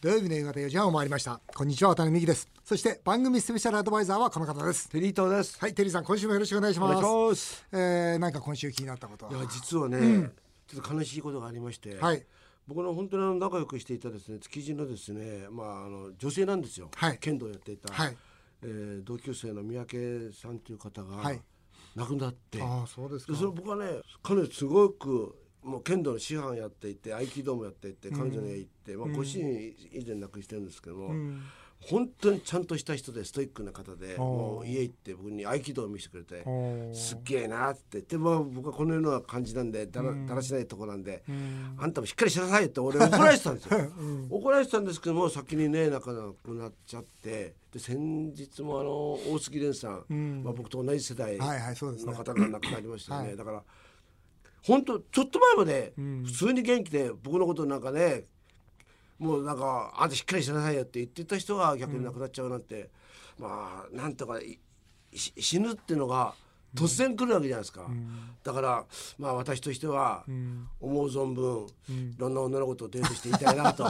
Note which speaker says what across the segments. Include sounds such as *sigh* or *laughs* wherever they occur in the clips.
Speaker 1: 土曜日の夕方4時半を回りましたこんにちは渡辺美希ですそして番組スペシャルアドバイザーはこの方です
Speaker 2: テリートです。
Speaker 1: はいテリーさん今週もよろしくお願いします
Speaker 2: お願いします
Speaker 1: えー、なんか今週気になったことはい
Speaker 2: や実はね、ちょっと悲しいことがありまして、
Speaker 1: はい
Speaker 2: 僕の本当にあの仲良くしていたですね築地のですねまああの女性なんですよ、
Speaker 1: はい
Speaker 2: 剣道をやっていた、
Speaker 1: はい
Speaker 2: えー同級生の三宅さんという方が、
Speaker 1: はい
Speaker 2: 亡くなって、
Speaker 1: ああそうですか
Speaker 2: でその僕はね彼女すごくもう剣道の師範やっていて合気道もやっていて彼女の家行って、まあ、ご主人以前亡くしてるんですけども、本当にちゃんとした人でストイックな方でもう家行って僕に合気道を見せてくれて
Speaker 1: おー
Speaker 2: すっげえなって言って、まあ、僕はこのような感じなんでだら,、だらしないとこなんで、あんたもしっかりしなさいって俺怒られてたんです *laughs* よ、怒られてたんですけども先にね仲良くなっちゃってで先日もあの大杉蓮さん、まあ、僕と同じ世代
Speaker 1: はいはいそうですね
Speaker 2: の方が亡くなりましたよね、
Speaker 1: はい
Speaker 2: だから本当ちょっと前まで普通に元気で僕のことなんかねもうなんかあんたしっかりしなさいよって言ってた人が逆に亡くなっちゃうなんて、まあなんとかいし死ぬっていうのが突然来るわけじゃないですか、だからまあ私としては思う存分、いろんな女の子とデートしていたいなと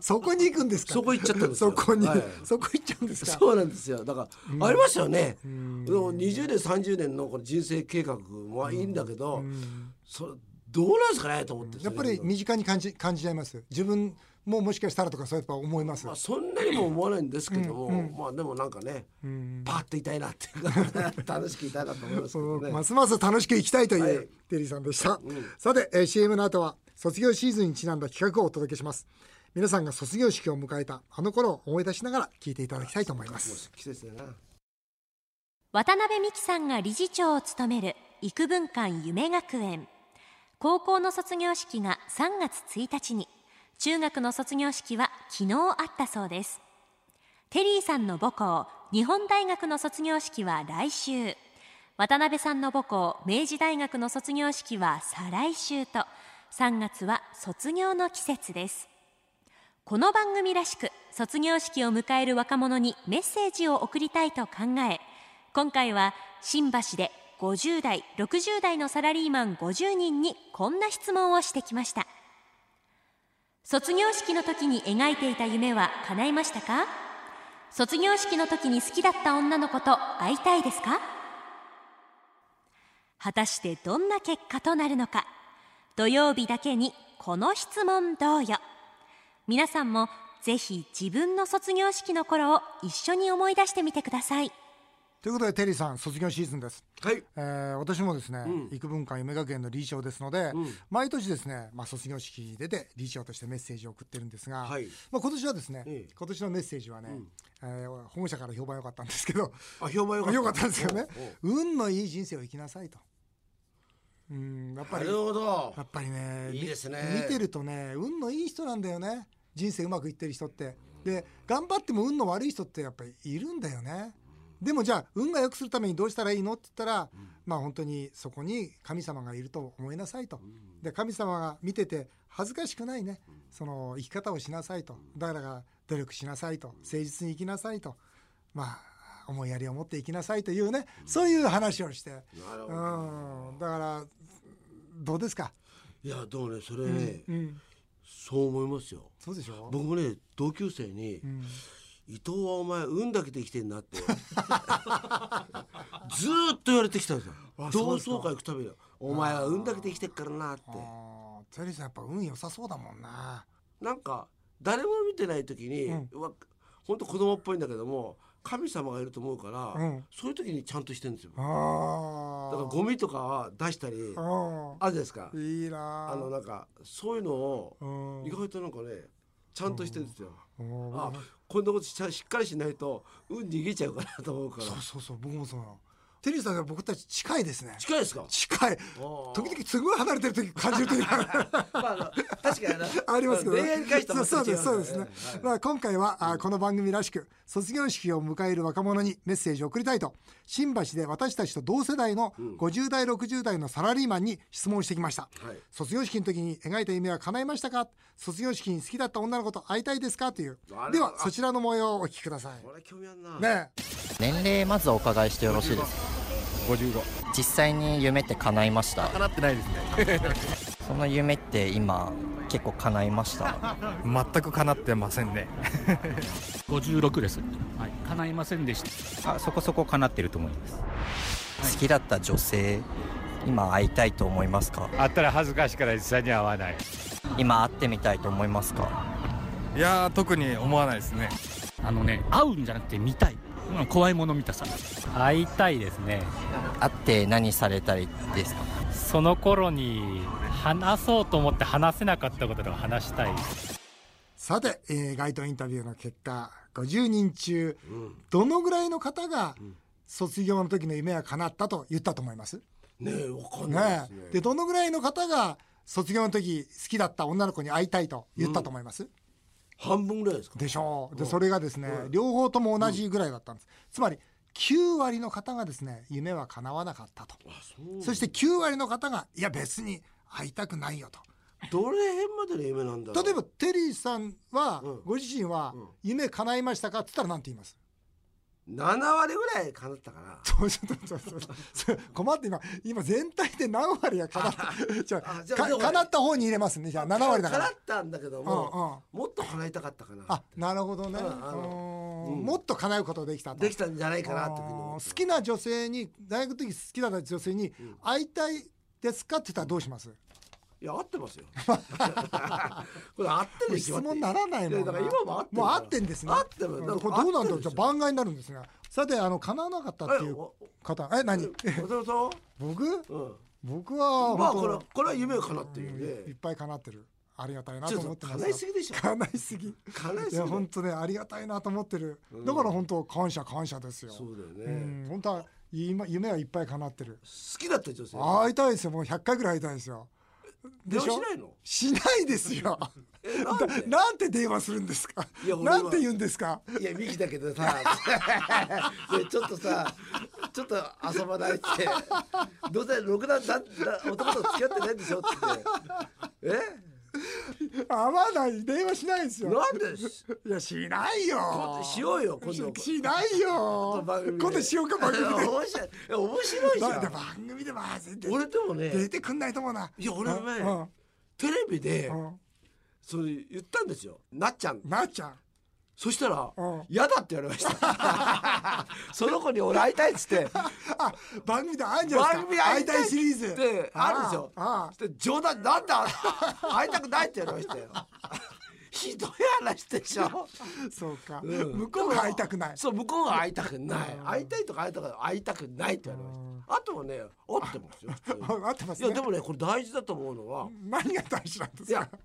Speaker 1: そこに行くんですか
Speaker 2: そこ行っちゃったんですよ
Speaker 1: そこに、
Speaker 2: はい
Speaker 1: そこ行っちゃうんですか
Speaker 2: そうなんですよだから、ありますよね、でも20年30年のこの人生計画もいいんだけど、それどうなんですかねと思って、
Speaker 1: やっぱり身近に感じ感じちゃいます自分ももしかしたらとかそうやっぱ思います、
Speaker 2: まあ、そんなにも思わないんですけども、まあでもなんかね、パーッといたいなっていうか *laughs* 楽しくいたいなと思いますけ
Speaker 1: その
Speaker 2: どね。
Speaker 1: ますます楽しく行きたいという、
Speaker 2: はい
Speaker 1: テリーさんでした、さて、えー CM の後は卒業シーズンにちなんだ企画をお届けします皆さんが卒業式を迎えたあの頃を思い出しながら聞いていただきたいと思います
Speaker 2: 季節だな。
Speaker 3: 渡辺美樹さんが理事長を務める育文館夢学園高校の卒業式が3月1日に中学の卒業式は昨日あったそうですテリーさんの母校日本大学の卒業式は来週渡辺さんの母校明治大学の卒業式は再来週と3月は卒業の季節ですこの番組らしく卒業式を迎える若者にメッセージを送りたいと考え今回は新橋で50代60代のサラリーマン50人にこんな質問をしてきました卒業式の時に描いていた夢は叶いましたか卒業式の時に好きだった女の子と会いたいですか果たしてどんな結果となるのか土曜日だけにこの質問同様皆さんもぜひ自分の卒業式の頃を一緒に思い出してみてください
Speaker 1: ということでテリーさん卒業シーズンです
Speaker 2: はい。
Speaker 1: えー私もですね、幾文館夢学園の理事長ですので、毎年ですね、まあ、卒業式に出て理事長としてメッセージを送ってるんですが、
Speaker 2: はい
Speaker 1: まあ、今年はですね、
Speaker 2: ええ
Speaker 1: 今年のメッセージはね、えー保護者から評判良かったんですけど
Speaker 2: あ評判良かった
Speaker 1: 良かったんですよね運のいい人生を生きなさいとうんやっぱ
Speaker 2: な
Speaker 1: り
Speaker 2: るほど
Speaker 1: や。っぱりね
Speaker 2: いいですね
Speaker 1: み見てるとね運のいい人なんだよね人生うまくいってる人ってで頑張っても運の悪い人ってやっぱりいるんだよねでもじゃあ運が良くするためにどうしたらいいのって言ったら、まあ本当にそこに神様がいると思いなさいと、で神様が見てて恥ずかしくないねその生き方をしなさいとだから努力しなさいと誠実に生きなさいとまあ思いやりを持って生きなさいというねそういう話をして、
Speaker 2: なるほ
Speaker 1: う
Speaker 2: ど。
Speaker 1: ん、だからどうですか
Speaker 2: いやでもねそれね、
Speaker 1: うん、
Speaker 2: そう思いますよ。
Speaker 1: そうでしょ
Speaker 2: 僕もね同級生に、伊藤はお前運だけで生きてんなって
Speaker 1: *laughs*
Speaker 2: ずーっと言われてきたんですよ
Speaker 1: あ。そう
Speaker 2: 同
Speaker 1: ですか
Speaker 2: 窓会行くたびにお前は運だけで生きてっからなって。
Speaker 1: あーテリーさんやっぱ運良さそうだもんな
Speaker 2: なんか誰も見てない時に、うわ本当子供っぽいんだけども神様がいると思うから、
Speaker 1: うん
Speaker 2: そういう時にちゃんとしてるんですよ。だ
Speaker 1: あ
Speaker 2: か
Speaker 1: ー
Speaker 2: らゴミとかは出したりあ
Speaker 1: あ
Speaker 2: るじゃないですか
Speaker 1: ー。いいな
Speaker 2: あのなんかそういうのを
Speaker 1: うん
Speaker 2: 意外となんかねちゃんとしてるんですよ。
Speaker 1: うん
Speaker 2: あこんなことしちゃしっかりしないと運逃げちゃうかなと思うから
Speaker 1: そうそうそう僕もそうなのテリーさんが僕たち近いですね
Speaker 2: 近いですか
Speaker 1: 近い
Speaker 2: ー
Speaker 1: 時々すごい離れてる時感じる時がある
Speaker 2: *laughs* まああの確かにな
Speaker 1: ありますけど、
Speaker 2: 恋愛に関しては
Speaker 1: そう
Speaker 2: また
Speaker 1: そう
Speaker 2: 違
Speaker 1: で
Speaker 2: う
Speaker 1: すそうですね、まあ、今回はあこの番組らしく卒業式を迎える若者にメッセージを送りたいと新橋で私たちと同世代の50代60代のサラリーマンに質問してきました、
Speaker 2: はい
Speaker 1: 卒業式の時に描いた夢は叶いましたか卒業式に好きだった女の子と会いたいですかという
Speaker 2: あれ
Speaker 1: ではそちらの模様をお聞きくださ
Speaker 2: こ
Speaker 1: い
Speaker 2: れ興味あんな、
Speaker 1: ねえ
Speaker 4: 年齢まずお伺いしてよろしいですか
Speaker 5: 55
Speaker 4: 実際に夢って叶いました
Speaker 5: 叶ってないですね
Speaker 4: その夢って今結構叶いました
Speaker 5: 全く叶ってませんね
Speaker 6: 56です、はい、叶いませんでした
Speaker 7: あそこそこかなってると思います
Speaker 4: 好きだった女性今会いたいと思いますか
Speaker 8: 会ったら恥ずかしいから実際には会わない
Speaker 4: 今会ってみたいと思いますか
Speaker 5: いやー特に思わないですね
Speaker 6: あのね会うんじゃなくて見たいうん怖いもの見たさ
Speaker 9: 会いたいですね
Speaker 4: 会って何されたいですか
Speaker 9: その頃に話そうと思って話せなかったこととか話したい
Speaker 1: さて、えー街頭インタビューの結果50人中どのぐらいの方が卒業の時の夢は叶ったと言ったと思います
Speaker 2: ねえわかんない
Speaker 1: ね
Speaker 2: です
Speaker 1: えでどのぐらいの方が卒業の時好きだった女の子に会いたいと言ったと思います、
Speaker 2: 半分ぐらいですか
Speaker 1: でしょうでそれがですね、両方とも同じぐらいだったんです、つまり9割の方がですね夢は叶わなかったとそして9割の方がいや別に会いたくないよと
Speaker 2: どれ辺までの夢なんだろう
Speaker 1: 例えばテリーさんは、
Speaker 2: うん
Speaker 1: ご自身は、夢叶いましたかって言ったら何て言います *laughs*
Speaker 2: 7割ぐらい叶ったかな
Speaker 1: そうちょっとちょっとちょっと *laughs* 困って今今全体で何割が叶った *laughs* じゃ
Speaker 2: あ
Speaker 1: あ
Speaker 2: じゃあ
Speaker 1: か
Speaker 2: じゃあ
Speaker 1: 叶った方に入れますねじゃあ7割だから
Speaker 2: 叶ったんだけど
Speaker 1: うんうん
Speaker 2: ももっと叶いたかったかな
Speaker 1: あなるほどね
Speaker 2: うんあの
Speaker 1: うーん
Speaker 2: うん
Speaker 1: もっと叶うことができたと
Speaker 2: できたんじゃないかなっていうふうに
Speaker 1: あ
Speaker 2: 思っ
Speaker 1: ー
Speaker 2: て
Speaker 1: 好きな女性に大学の時好きだった女性に会いたいですかって言ったらどうします、
Speaker 2: いや合ってますよこれ合ってるに
Speaker 1: 質
Speaker 2: 決まって
Speaker 1: 問ならないもん
Speaker 2: やだから今も合ってる
Speaker 1: もう合ってんですね
Speaker 2: 合ってる
Speaker 1: うんこれどうなんだろうじゃあ番外になるんですねさてあの叶わなかったっていう方え
Speaker 2: *laughs*
Speaker 1: 何え
Speaker 2: 渡辺さ
Speaker 1: 僕
Speaker 2: んうん
Speaker 1: 僕は
Speaker 2: まあ
Speaker 1: 本
Speaker 2: こ
Speaker 1: 当
Speaker 2: れはこれは夢かなってい
Speaker 1: うん
Speaker 2: う
Speaker 1: い
Speaker 2: ね
Speaker 1: っぱい叶ってるありがたいな
Speaker 2: ち
Speaker 1: と
Speaker 2: ょっ
Speaker 1: 思っ
Speaker 2: と
Speaker 1: てます
Speaker 2: 叶いすぎでしょ
Speaker 1: 叶いすぎ
Speaker 2: 叶
Speaker 1: い
Speaker 2: いすぎだ
Speaker 1: や
Speaker 2: よ
Speaker 1: 本当ねありがたいなと思ってる、だから本当感謝感謝ですよ
Speaker 2: そうだよね、
Speaker 1: うん本当は今夢はいっぱい叶ってる
Speaker 2: 好きだった女性
Speaker 1: 会いたいですよもう100回ぐらい会いたいですよ
Speaker 2: 電
Speaker 1: でし
Speaker 2: 話
Speaker 1: ょ
Speaker 2: しないの
Speaker 1: しないです
Speaker 2: *laughs*
Speaker 1: よ
Speaker 2: えなんで
Speaker 1: だなんて電話するんですか
Speaker 2: いや俺は
Speaker 1: なんて言うんですか
Speaker 2: いやミキだけ
Speaker 1: *laughs*
Speaker 2: どさねちょっとさちょっと遊ばないってどうせろくなだだ男と付き合ってないんでしょってえ
Speaker 1: 会わない電話しないですよ
Speaker 2: なんでし
Speaker 1: いやしないよ
Speaker 2: しようよ今度
Speaker 1: しないよ
Speaker 2: 番組で
Speaker 1: 今度しようか番組で
Speaker 2: い *laughs* や面白いいや面白いじゃ
Speaker 1: だって
Speaker 2: ん
Speaker 1: 番組では絶
Speaker 2: 俺
Speaker 1: 対
Speaker 2: でもね
Speaker 1: 出てくんないと思うない
Speaker 2: や俺もね
Speaker 1: うん
Speaker 2: テレビで
Speaker 1: うんうん
Speaker 2: それ言ったんですよなっちゃん
Speaker 1: なっちゃん
Speaker 2: そしたら
Speaker 1: うん
Speaker 2: 「嫌だ」って言われました
Speaker 1: *laughs*
Speaker 2: その子に俺会いたいっつって
Speaker 1: あ番組であるんじゃないですか
Speaker 2: 番組で会いたい
Speaker 1: 会いシリーズ
Speaker 2: であるんですよ
Speaker 1: あ
Speaker 2: で冗談なんだ会いたくないって言われましたよ
Speaker 1: *laughs*
Speaker 2: ひどい話でしょ
Speaker 1: あそうか、
Speaker 2: うん
Speaker 1: 向こうが会いたくない
Speaker 2: そう向こうが会いたくない会いたいとか会いたくない会いたくないって言われましたあとはね会ってますよ普通
Speaker 1: *laughs*
Speaker 2: に
Speaker 1: あ合ってます
Speaker 2: い
Speaker 1: ね
Speaker 2: やでもねこれ大事だと思うのは
Speaker 1: 何が大事なんです
Speaker 2: いや
Speaker 1: か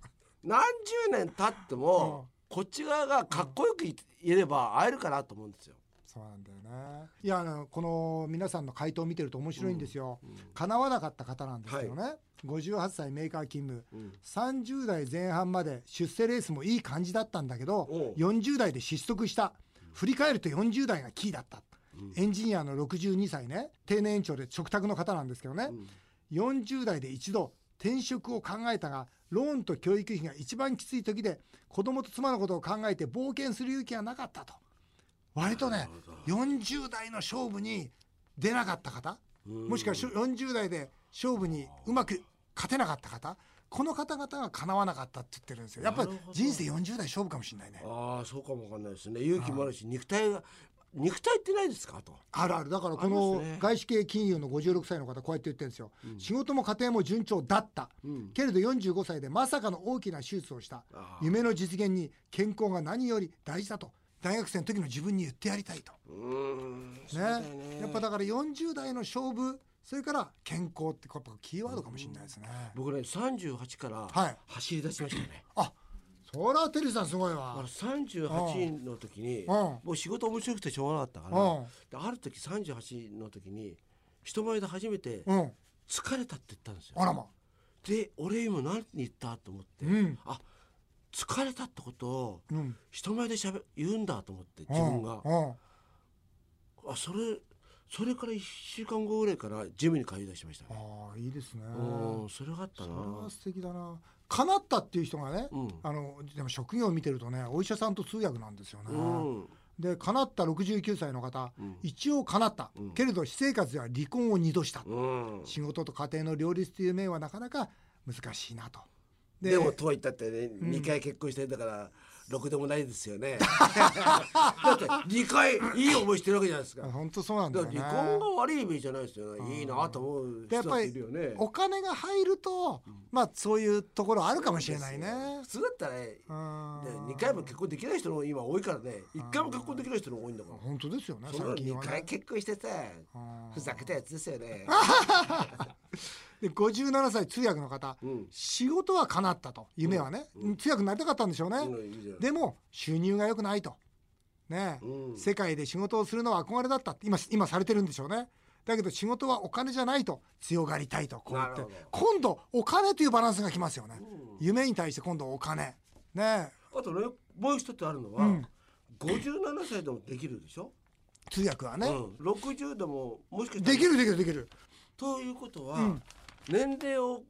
Speaker 2: 何十年経ってもこっち側がかっこよくい言えれば会えるかなと思うんですよ
Speaker 1: そうなんだよねいやあのこの皆さんの回答を見てると面白いんですよ、叶わなかった方なんですけどね、58歳メーカー勤務、30代前半まで出世レースもいい感じだったんだけど
Speaker 2: おう
Speaker 1: 40代で失速した振り返ると40代がキーだった、エンジニアの62歳ね定年延長で直宅の方なんですけどね、40代で一度転職を考えたがローンと教育費が一番きつい時で子供と妻のことを考えて冒険する勇気がなかったと割とね40代の勝負に出なかった方もしくはしょ40代で勝負にうまく勝てなかった方この方々が叶わなかったって言ってるんですよやっぱり人生40代勝負かもしれないね
Speaker 2: ああそうかもわかんないですね勇気もあるし肉体が肉体ってないですかと
Speaker 1: あるあるだからこ
Speaker 2: あ
Speaker 1: の
Speaker 2: りますね
Speaker 1: 外資系金融の56歳の方こうやって言ってるんですよ、仕事も家庭も順調だった、けれど45歳でまさかの大きな手術をした夢の実現に健康が何より大事だと大学生の時の自分に言ってやりたいと
Speaker 2: うーんそうだよ
Speaker 1: ね
Speaker 2: ね
Speaker 1: やっぱだから40代の勝負それから健康ってやっぱキーワードかもしれないですね、
Speaker 2: 僕ね38から
Speaker 1: はい
Speaker 2: 走り出しましたね、
Speaker 1: あそらテリーさんすごい
Speaker 2: あ
Speaker 1: わ
Speaker 2: の38の時に、
Speaker 1: ん
Speaker 2: もう仕事面白くてしょうがなかったから、
Speaker 1: うん
Speaker 2: である時38の時に人前で初めて
Speaker 1: うん
Speaker 2: 「疲れた」って言ったんですよ
Speaker 1: あらま
Speaker 2: で俺今何言ったと思って、
Speaker 1: うん
Speaker 2: あ疲れたってことを
Speaker 1: うん
Speaker 2: 人前でしゃべ言うんだと思って自分が、
Speaker 1: うんうん
Speaker 2: あそれそれから1週間後ぐらいからジムに通い出しましたね
Speaker 1: ああいいですね
Speaker 2: うんそれがあったな
Speaker 1: それは素敵だな叶ったっていう人がね、
Speaker 2: うん
Speaker 1: あのでも職業を見てるとねお医者さんと通訳なんですよね、
Speaker 2: うん
Speaker 1: で叶った69歳の方、一応叶った、けれど私生活では離婚を2度した、
Speaker 2: うん
Speaker 1: 仕事と家庭の両立という面はなかなか難しいなとで
Speaker 2: でもとは言ったってね、
Speaker 1: ん
Speaker 2: 二2回結婚してんだからろくでもないです
Speaker 1: *laughs*
Speaker 2: よねだって2回いい思いしてるわけじゃないですかだか
Speaker 1: 本当そうなんだ
Speaker 2: ら
Speaker 1: よね
Speaker 2: 離婚が悪い意味じゃないですよねいいなと思う
Speaker 1: でや
Speaker 2: 人
Speaker 1: っ
Speaker 2: だっ
Speaker 1: ぱ
Speaker 2: てい
Speaker 1: り
Speaker 2: るよね
Speaker 1: お金が入ると、まあそういうところあるかもしれないね。
Speaker 2: 普通だったらね
Speaker 1: うん
Speaker 2: 2回も結婚できない人の方が今多いからね1回も結婚できない人の方が多いんだから
Speaker 1: 本当ですよね。
Speaker 2: その
Speaker 1: 最近
Speaker 2: 2
Speaker 1: は
Speaker 2: 回
Speaker 1: ね。
Speaker 2: 結婚してさ
Speaker 1: ん
Speaker 2: ふざけたやつですよね
Speaker 1: で57歳通訳の方、
Speaker 2: ん
Speaker 1: 仕事は叶ったと夢はね、通訳になりたかったんでしょうね。
Speaker 2: うんいいじゃん
Speaker 1: でも収入が良くないと。ねえ、
Speaker 2: うん
Speaker 1: 世界で仕事をするのは憧れだったって今今されてるんでしょうね。だけど仕事はお金じゃないと強がりたいとこう言って
Speaker 2: なる
Speaker 1: 今度お金というバランスがきますよね、夢に対して今度お金ねえ
Speaker 2: あとねもう一つあるのは、
Speaker 1: うん
Speaker 2: 57歳でもできるでしょ、
Speaker 1: 通訳は
Speaker 2: う
Speaker 1: ね、
Speaker 2: ん、60でももしかしたら
Speaker 1: できるできるできる
Speaker 2: ということは、
Speaker 1: うん
Speaker 2: 年齢を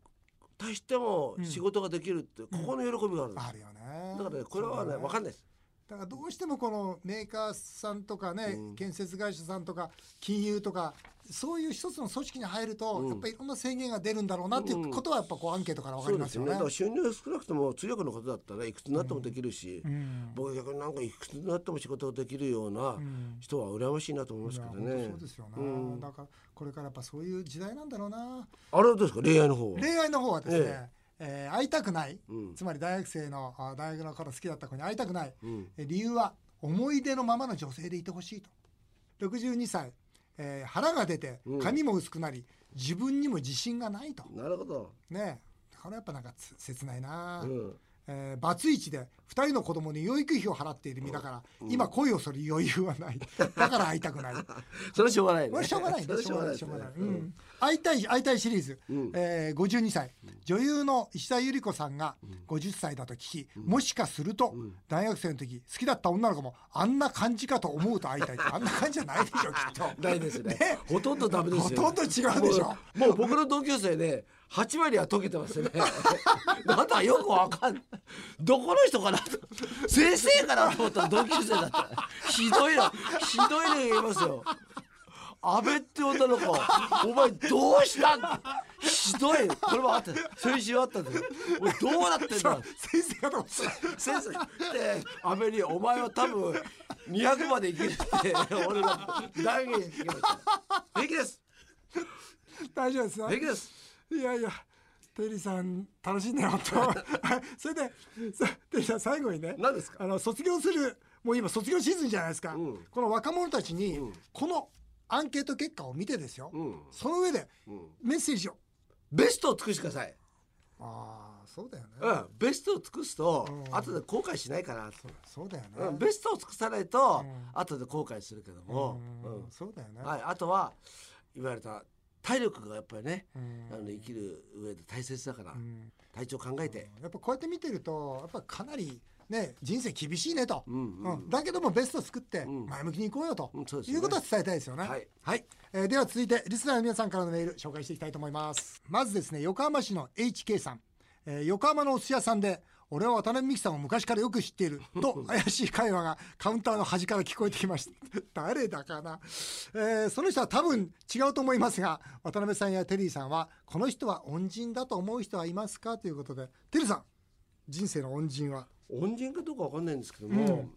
Speaker 2: 足しても
Speaker 1: ん
Speaker 2: 仕事ができるって、ここの喜びがあるんです
Speaker 1: あるよね
Speaker 2: だからねこれはね分かんないです
Speaker 1: だからどうしてもこのメーカーさんとかね、
Speaker 2: うん
Speaker 1: 建設会社さんとか金融とかそういう一つの組織に入ると、
Speaker 2: うん
Speaker 1: やっぱりいろんな制限が出るんだろうなっていうことはやっぱこうアンケートから分か
Speaker 2: そ
Speaker 1: り
Speaker 2: う
Speaker 1: ま
Speaker 2: ですす
Speaker 1: よ
Speaker 2: よ
Speaker 1: ね
Speaker 2: ねだから収入少なくとも通訳の方だったらいくつになってもできるし、
Speaker 1: うん
Speaker 2: 僕は逆になんかいくつになっても仕事ができるような
Speaker 1: うん
Speaker 2: 人は羨ましいなと思いま
Speaker 1: い
Speaker 2: す
Speaker 1: や
Speaker 2: けど
Speaker 1: 本
Speaker 2: ね
Speaker 1: 当そうですよね、
Speaker 2: うん
Speaker 1: だからこれからやっぱそういう時代なんだろうな
Speaker 2: あれはどうですか恋愛の方は
Speaker 1: 恋愛の方はですね、
Speaker 2: え
Speaker 1: えー会いたくない、
Speaker 2: うん
Speaker 1: つまり大学生のあ大学の頃好きだった子に会いたくない、
Speaker 2: ん
Speaker 1: えー理由は思い出のままの女性でいてほしいと62歳、えー腹が出て髪も薄くなり、自分にも自信がないと
Speaker 2: なるほど、
Speaker 1: ねえこれやっぱなんかつ切ないな、
Speaker 2: うん、
Speaker 1: えーバツイチで2人の子供に養育費を払っている身だから、今恋をする余裕はないだから会いたくない
Speaker 2: それはしょうがないね
Speaker 1: これしょうがない
Speaker 2: そ
Speaker 1: ね。
Speaker 2: れは
Speaker 1: しょうがない。
Speaker 2: し
Speaker 1: し
Speaker 2: ょ
Speaker 1: ょ
Speaker 2: う
Speaker 1: う
Speaker 2: が
Speaker 1: が
Speaker 2: な
Speaker 1: ないい。
Speaker 2: ね
Speaker 1: う
Speaker 2: うん
Speaker 1: ん。会いたい、会いたいシリーズ。
Speaker 2: うん
Speaker 1: えー52歳。女優の石田ゆり子さんが50歳だと聞き、もしかすると、大学生の時、好きだった女の子も、あんな感じかと思うと会いたい
Speaker 2: *laughs*
Speaker 1: って。あんな感じじゃないでしょ、きっと。
Speaker 2: ないですね。ほとんどダメですよ、ね。
Speaker 1: ほとんど違うでしょ
Speaker 2: もう。もう僕の同級生ね、8割は溶けてま
Speaker 1: *laughs*
Speaker 2: すね。なんだよくわかんない。どこの人かなと。先生かなと思ったら同級生だった。ひどいな。ひどいの言いますよ。安倍って女の子、お前どうしたんひどい。これもあった。先週あったんだよ。おいどうなってんだ
Speaker 1: 先生がどうし
Speaker 2: 先生って安倍に「お前は多分200までいける」って俺が断言してきました平気です
Speaker 1: 大丈夫ですよ
Speaker 2: 平気です
Speaker 1: いやいや、テリーさん、楽しんでよ、と。 *laughs* はいそれで、さテリーさん、最後にね、
Speaker 2: 何ですか
Speaker 1: あの、卒業する、もう今、卒業シーズンじゃないですか。
Speaker 2: うん
Speaker 1: この若者たちに、このアンケート結果を見てですよ、
Speaker 2: うん
Speaker 1: その上で、メッセージを。
Speaker 2: ベストを尽くしてください、
Speaker 1: ああ、そうだよね。
Speaker 2: うん、ベストを尽くすと後で後悔しないから、
Speaker 1: そうだよね。
Speaker 2: うん、ベストを尽くさないと後で後悔するけども、
Speaker 1: うんそうだよね。
Speaker 2: うんはい、あとは言われた体力がやっぱりね、あの生きる上で大切だから、体調考えて、
Speaker 1: やっぱこうやって見てると、やっぱかなり、ね、人生厳しいねと、
Speaker 2: んうん
Speaker 1: うんだけどもベストを作って
Speaker 2: ん
Speaker 1: 前向きに行こうよと、
Speaker 2: うんそうですね
Speaker 1: いうことは伝えたいですよね。
Speaker 2: はい、はい、
Speaker 1: えーでは続いてリスナーの皆さんからのメール紹介していきたいと思いますまずですね横浜市の HK さん、えー横浜のお寿司屋さんで俺は渡辺美樹さんを昔からよく知ってい
Speaker 2: *laughs*
Speaker 1: ると怪しい会話がカウンターの端から聞こえてきました誰だかな、えーその人は多分違うと思いますが渡辺さんやテリーさんはこの人は恩人だと思う人はいますかということでテリーさん人生の恩人は
Speaker 2: 恩人かどうかわかんないんですけども、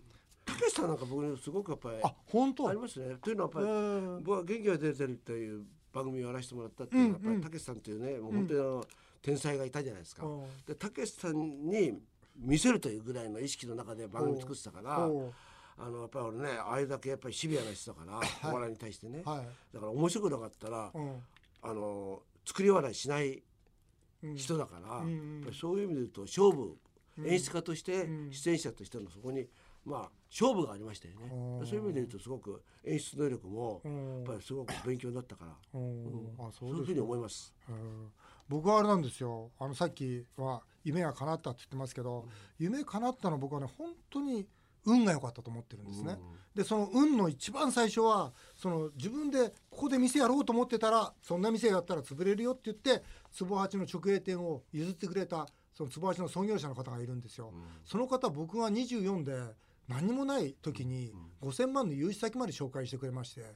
Speaker 2: たけしさんなんか僕にすごくやっぱり
Speaker 1: あ本当
Speaker 2: ありますね。というのはやっぱ
Speaker 1: うん
Speaker 2: り僕は元気が出てるという番組をやらせてもらったっていうのはやっぱりたけしさんというねもう本当にあの天才がいたじゃないですか
Speaker 1: うん。
Speaker 2: でたけしさんに見せるというぐらいの意識の中で番組作ってたから
Speaker 1: おう。
Speaker 2: あのやっぱり俺ねああれだけやっぱりシビアな人だからお笑いに対してね、
Speaker 1: はい
Speaker 2: だから面白くなかったら、
Speaker 1: うん
Speaker 2: あの作り笑いしない人だから、
Speaker 1: んうん
Speaker 2: やっぱりそういう意味で言うと勝負、演出家として出演者としてのそこに、まあ、勝負がありましたよね
Speaker 1: うん
Speaker 2: そういう意味で言うとすごく演出能力も
Speaker 1: う
Speaker 2: や
Speaker 1: ん
Speaker 2: っぱりすごく勉強になったから、
Speaker 1: うんあ
Speaker 2: そ
Speaker 1: そうう
Speaker 2: い
Speaker 1: で
Speaker 2: う
Speaker 1: す
Speaker 2: ふうに思います。
Speaker 1: うん僕はあれなんですよあのさっきは夢が叶ったって言ってますけど夢叶ったのは僕はね本当に運が良かったと思ってるんですね、でその運の一番最初はその自分でここで店やろうと思ってたらそんな店やったら潰れるよって言って坪八の直営店を譲ってくれたその坪八の創業者の方がいるんですよ、その方僕が24で何もない時に5000万の融資先まで紹介してくれまして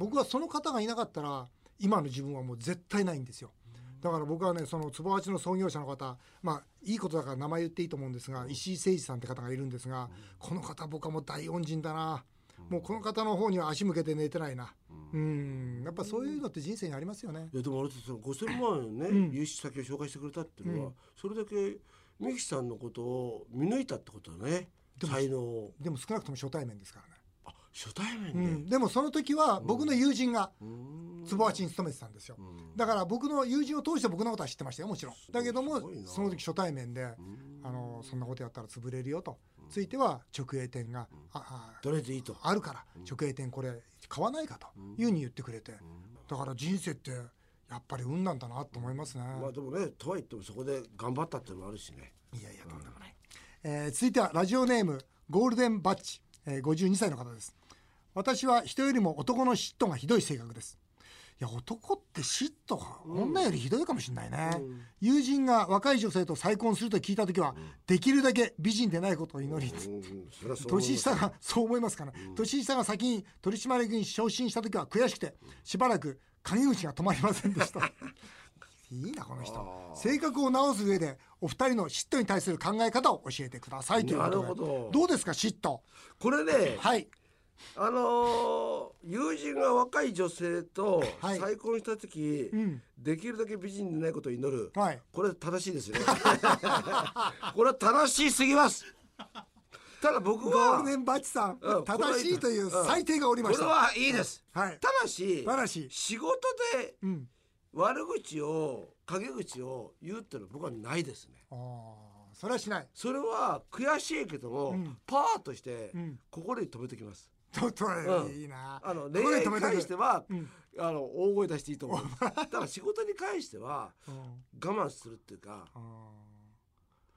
Speaker 1: 僕はその方がいなかったら今の自分はもう絶対ないんですよ。だから僕はねその坪八の創業者の方まあいいことだから名前言っていいと思うんですが石井誠二さんって方がいるんですがこの方僕はもう大恩人だなもうこの方の方には足向けて寝てないなうんやっぱそういうのって人生にありますよね
Speaker 2: いやでもあれってその5,000万円ね、
Speaker 1: うん
Speaker 2: 融資先を紹介してくれたっていうのは、
Speaker 1: うん
Speaker 2: それだけ三木さんのことを見抜いたってことだね
Speaker 1: でも
Speaker 2: 才能を
Speaker 1: でも少なくとも初対面ですからね
Speaker 2: あ初対面
Speaker 1: う
Speaker 2: で、
Speaker 1: んでもその時は僕の友人が
Speaker 2: うん
Speaker 1: 坪八に勤めてたんですよ
Speaker 2: ん
Speaker 1: だから僕の友人を通して僕のことは知ってましたよもちろん
Speaker 2: すごい
Speaker 1: だけども
Speaker 2: すごいな
Speaker 1: その時初対面であのそんなことやったら潰れるよとついては直営店がああ
Speaker 2: とりあえずいいと
Speaker 1: あるから直営店これ買わないかというふうに言ってくれてだから人生ってやっぱり運なんだなと思いますね
Speaker 2: まあでもねとはいってもそこで頑張ったっていうのもあるしね
Speaker 1: いやいやとんでもない、えー続いてはラジオネームゴールデンバッチ、えー52歳の方です私は人よりも男の嫉妬がひどい性格ですいや男って嫉妬が女よりひどいかもしれないね、友人が若い女性と再婚すると聞いた時は、できるだけ美人でないことを祈りつつ
Speaker 2: うんそれはそう思います
Speaker 1: 年下が *laughs* そう思いますから、年下が先に取締役に昇進した時は悔しくてしばらく陰口が止まりませんで
Speaker 2: *laughs*
Speaker 1: したいいなこの人性格を直す上でお二人の嫉妬に対する考え方を教えてくださいということで
Speaker 2: なるほど
Speaker 1: うですか嫉妬
Speaker 2: これね
Speaker 1: はい
Speaker 2: あのー友人が若い女性と
Speaker 1: はい
Speaker 2: 再婚した時、
Speaker 1: うん
Speaker 2: できるだけ美人でないことを祈る、
Speaker 1: はい
Speaker 2: これ正しいですね *laughs* これは正しすぎますただ僕
Speaker 1: ゴールデ
Speaker 2: は
Speaker 1: ンバッチさん、
Speaker 2: うん
Speaker 1: 正しいという最低がおりまし
Speaker 2: こ
Speaker 1: た、
Speaker 2: れはいいです、
Speaker 1: はい
Speaker 2: ただし
Speaker 1: ただし
Speaker 2: 仕事で
Speaker 1: うん
Speaker 2: 悪口を陰口を言うっていうのは僕はないですね
Speaker 1: あーそれはしない
Speaker 2: それは悔しいけども、
Speaker 1: ん
Speaker 2: パワーとして
Speaker 1: ん
Speaker 2: 心に留めてきます、
Speaker 1: ちょっと
Speaker 2: うん
Speaker 1: いいな、
Speaker 2: あの
Speaker 1: こ
Speaker 2: 恋
Speaker 1: で
Speaker 2: 愛に
Speaker 1: 止めたく
Speaker 2: 関しては、
Speaker 1: うん
Speaker 2: あの大声出していいと思うただ仕事に関しては
Speaker 1: うん
Speaker 2: 我慢するっていうか
Speaker 1: うん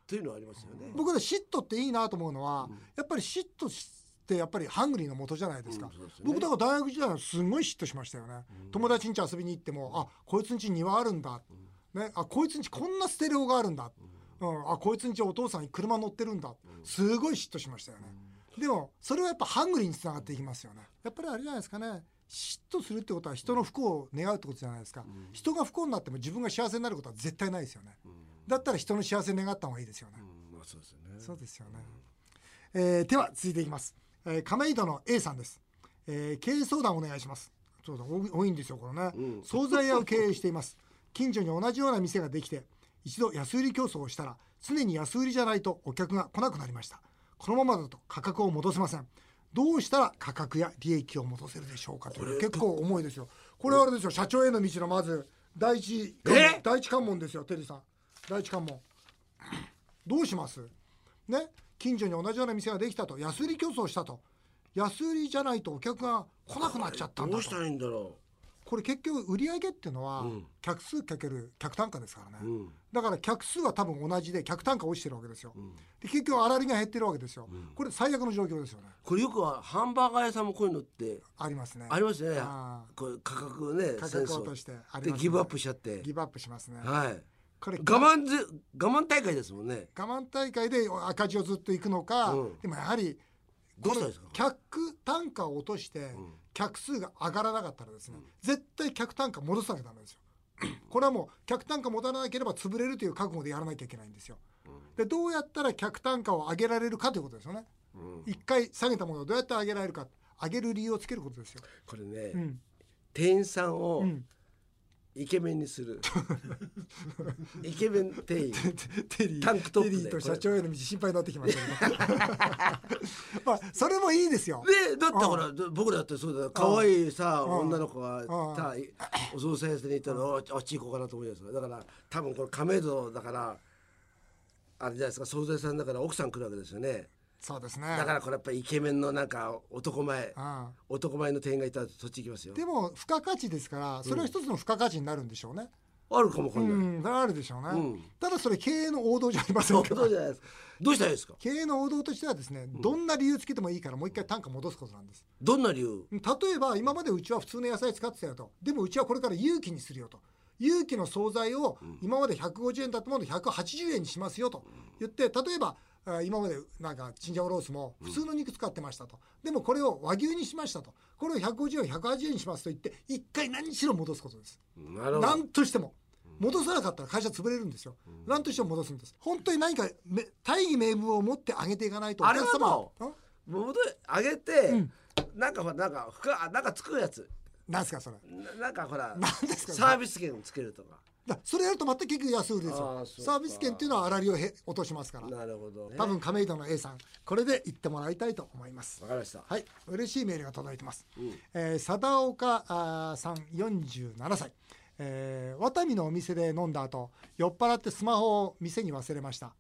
Speaker 2: というのはありますよね。
Speaker 1: 僕ね嫉妬っていいなと思うのは、やっぱり嫉妬ってやっぱりハングリーの元じゃないですか、
Speaker 2: うんそうですよね
Speaker 1: 僕だから大学時代はすごい嫉妬しましたよね、友達ん家遊びに行ってもあこいつん家庭あるんだ、ね、あこいつん家こんなステレオがあるんだ、うん、あこいつん家お父さんに車乗ってるんだすごい嫉妬しましたよね、でもそれはやっぱハングリーにつながっていきますよねやっぱりあれじゃないですかね嫉妬するってことは人の不幸を願うってことじゃないですか、人が不幸になっても自分が幸せになることは絶対ないですよね、だったら人の幸せ願った方がいいですよね、
Speaker 2: まあそうですよね。
Speaker 1: そうですよね。えーでは続いていきます。えー亀戸の A さんです。えー経営相談お願いします。そうだ多い多いんですよこれね。惣菜屋を経営しています。近所に同じような店ができて一度安売り競争をしたら常に安売りじゃないとお客が来なくなりました。このままだと価格を戻せません。どうしたら価格や利益を戻せるでしょうかという結構重いですよ。これはあれですよ社長への道のまず第一関門
Speaker 2: え
Speaker 1: 第一関門ですよテリーさん第一関門。どうしますね近所に同じような店ができたと安売り競争したと安売りじゃないとお客が来なくなっちゃったん
Speaker 2: ど
Speaker 1: だ
Speaker 2: う
Speaker 1: と
Speaker 2: したらいいんだろ
Speaker 1: これ結局売り上げっていうのは
Speaker 2: うん
Speaker 1: 客数かける客単価ですからね、
Speaker 2: う。うん。
Speaker 1: だから客数は多分同じで客単価落ちてるわけですよ、で結局粗利が減ってるわけですよ、これ最悪の状況ですよね
Speaker 2: これよくはハンバーガー屋さんもこういうのって
Speaker 1: ありますね
Speaker 2: ありますよね
Speaker 1: あー。
Speaker 2: こういう価格をね
Speaker 1: 価
Speaker 2: 戦
Speaker 1: 格
Speaker 2: 争
Speaker 1: を落としてあり
Speaker 2: で
Speaker 1: ますね
Speaker 2: ギブアップしちゃって。
Speaker 1: ギブアップしますね
Speaker 2: はい。
Speaker 1: これ
Speaker 2: 我慢ず我慢大会ですもんね。
Speaker 1: 我慢大会で赤字をずっといくのか、
Speaker 2: うん
Speaker 1: でもやはり
Speaker 2: どうしたらいいですか
Speaker 1: 客単価を落として客数が上がらなかったらですね、絶対客単価戻さなきゃダメ
Speaker 2: *clears throat*
Speaker 1: ですよこれはもう客単価戻らなければ潰れるという覚悟でやらなきゃいけないんですよでどうやったら客単価を上げられるかということですよね一、回下げたものをどうやって上げられるか上げる理由をつけることですよ、
Speaker 2: これね、
Speaker 1: うん
Speaker 2: 店員さんを
Speaker 1: うん、
Speaker 2: イケメンに
Speaker 1: *laughs*
Speaker 2: する。イケメン店員。
Speaker 1: テリー
Speaker 2: タンクトップで
Speaker 1: テリーと社長への道心配になってきましたけど
Speaker 2: *laughs*
Speaker 1: まあそれもいいですよ
Speaker 2: ねだってほらど僕だってそうだよ可愛いさ
Speaker 1: うん
Speaker 2: 女の子が
Speaker 1: うん
Speaker 2: さいお葬祭屋さんに行ったらああっち行こうかなと思うじゃないですかだから多分これ亀戸だからあれじゃないですか総菜屋さんだから奥さん来るわけですよね
Speaker 1: そうですね
Speaker 2: だからこれやっぱりイケメンのなんか男前
Speaker 1: ああ
Speaker 2: 男前の店員がいたらそっち行きますよ
Speaker 1: でも付加価値ですからそれは一つの付加価値になるんでしょうね。
Speaker 2: あるかもわか
Speaker 1: うん
Speaker 2: ない
Speaker 1: ん、それはあるでしょうね、
Speaker 2: うん
Speaker 1: ただそれ経営の王道じゃありませんか
Speaker 2: そ
Speaker 1: ら
Speaker 2: うじゃないですかどうしたらいいですか
Speaker 1: *laughs* 経営の王道としてはですねどんな理由つけてもいいからもう一回単価戻すことなんです。
Speaker 2: どんな理由
Speaker 1: 例えば今までうちは普通の野菜使ってたよとでもうちはこれから勇気にするよと勇気の惣菜を今まで150円だったものを180円にしますよと言って例えばあー今までなんかチンジャオロースも普通の肉使ってましたとでもこれを和牛にしましたとこれを150円180円にしますと言って一回何しろ戻すことです。
Speaker 2: なるほど
Speaker 1: 何としても戻さなかったら会社潰れるんですよ。なんとしても戻すんです。本当に何かめ大義名分を持って上げていかないと。
Speaker 2: あれはど
Speaker 1: お客様ん
Speaker 2: 戻り上げて、
Speaker 1: うん
Speaker 2: なんかほらなんかふかなんかつくやつ
Speaker 1: なんですかそれ。
Speaker 2: ななんかほ
Speaker 1: な
Speaker 2: ら
Speaker 1: んですか
Speaker 2: サービス券つけるとか
Speaker 1: だそれやると全く結局安売りです
Speaker 2: あ
Speaker 1: よ
Speaker 2: ーそうか
Speaker 1: サービス券っていうのは粗利をへ落としますから
Speaker 2: なるほど、ね、
Speaker 1: 多分亀戸の A さんこれで行ってもらいたいと思います
Speaker 2: わかりました
Speaker 1: はい嬉しいメールが届いてます、
Speaker 2: ん
Speaker 1: えー貞岡あーさん47歳えーワタミのお店で飲んだ後酔っ払ってスマホを店に忘れました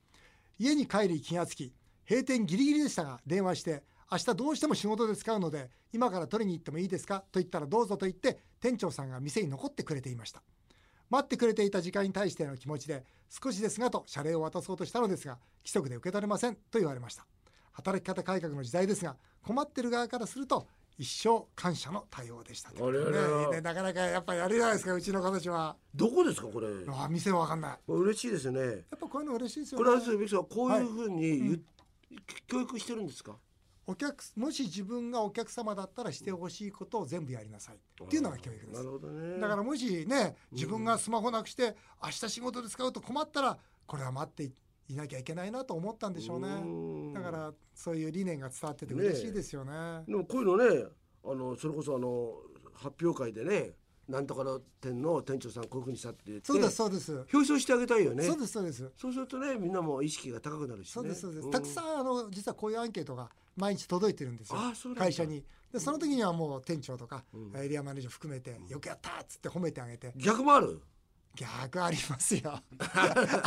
Speaker 1: 家に帰り気がつき閉店ギリギリでしたが電話して明日どうしても仕事で使うので今から取りに行ってもいいですかと言ったらどうぞと言って店長さんが店に残ってくれていました待ってくれていた時間に対しての気持ちで少しですがと謝礼を渡そうとしたのですが規則で受け取れませんと言われました働き方改革の時代ですが困ってる側からすると一生感謝の対応でした
Speaker 2: あれあれあれ
Speaker 1: ねねなかなかやっぱりあれじゃないですかうちの形は
Speaker 2: どこですかこれ
Speaker 1: うわ店は分かんないや
Speaker 2: 嬉しいですね
Speaker 1: っぱこういうの嬉しいですよ
Speaker 2: こ
Speaker 1: ね
Speaker 2: れは鈴木さんこういうふうに言っ、教育してるんですか
Speaker 1: お客もし自分がお客様だったらしてほしいことを全部やりなさいっていうのが教育で
Speaker 2: な
Speaker 1: す
Speaker 2: るほどね
Speaker 1: だからもしね自分がスマホなくして明日仕事で使うと困ったらこれは待っていなきゃいけないなと思ったんでしょうね
Speaker 2: うん
Speaker 1: だからそういう理念が伝わってて嬉しいですよね
Speaker 2: でもこういうのねあのそれこそあの発表会でねなんとかの店の店長さんこういうふうにしたって言って
Speaker 1: そうですそうです、
Speaker 2: 表彰してあげたいよね
Speaker 1: そうですそうです
Speaker 2: そうするとねみんなも意識が高くなるしね
Speaker 1: そうですそうですたくさ
Speaker 2: ん
Speaker 1: んあの実はこういうアンケートが毎日届いてるんですよ
Speaker 2: あそうなんだ
Speaker 1: 会社にでその時にはもう店長とか、エリアマネージャー含めて、よくやったっつって褒めてあげて
Speaker 2: 逆もある
Speaker 1: 逆あります
Speaker 2: *laughs*
Speaker 1: よ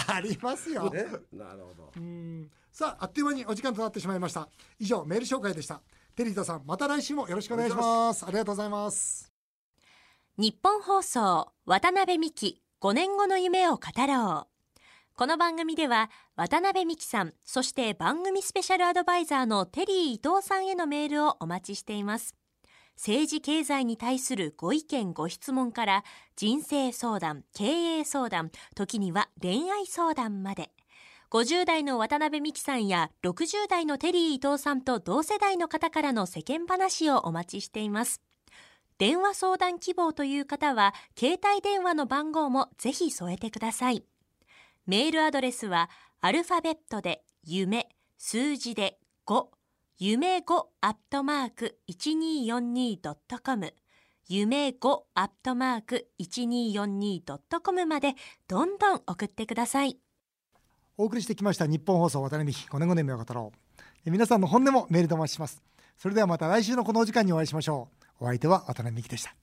Speaker 1: ありますよ、
Speaker 2: ねなるほど
Speaker 1: うんさああっという間にお時間となってしまいました以上メール紹介でしたテリータさんまた来週もよろしくお願いしますありがとうございます
Speaker 3: 日本放送渡辺美希5年後の夢を語ろうこの番組では渡辺美希さんそして番組スペシャルアドバイザーのテリー伊藤さんへのメールをお待ちしています政治経済に対するご意見ご質問から人生相談経営相談時には恋愛相談まで50代の渡辺美希さんや60代のテリー伊藤さんと同世代の方からの世間話をお待ちしています電話相談希望という方は携帯電話の番号もぜひ添えてくださいメールアドレスはアルファベットで夢数字で5夢5アットマーク 1242.com 夢5アットマーク 1242.com までどんどん送ってください
Speaker 1: お送りしてきました日本放送渡辺美希5年5年目を語ろうえ皆さんの本音もメールでお待ちしますそれではまた来週のこのお時間にお会いしましょうお相手は渡辺美希でした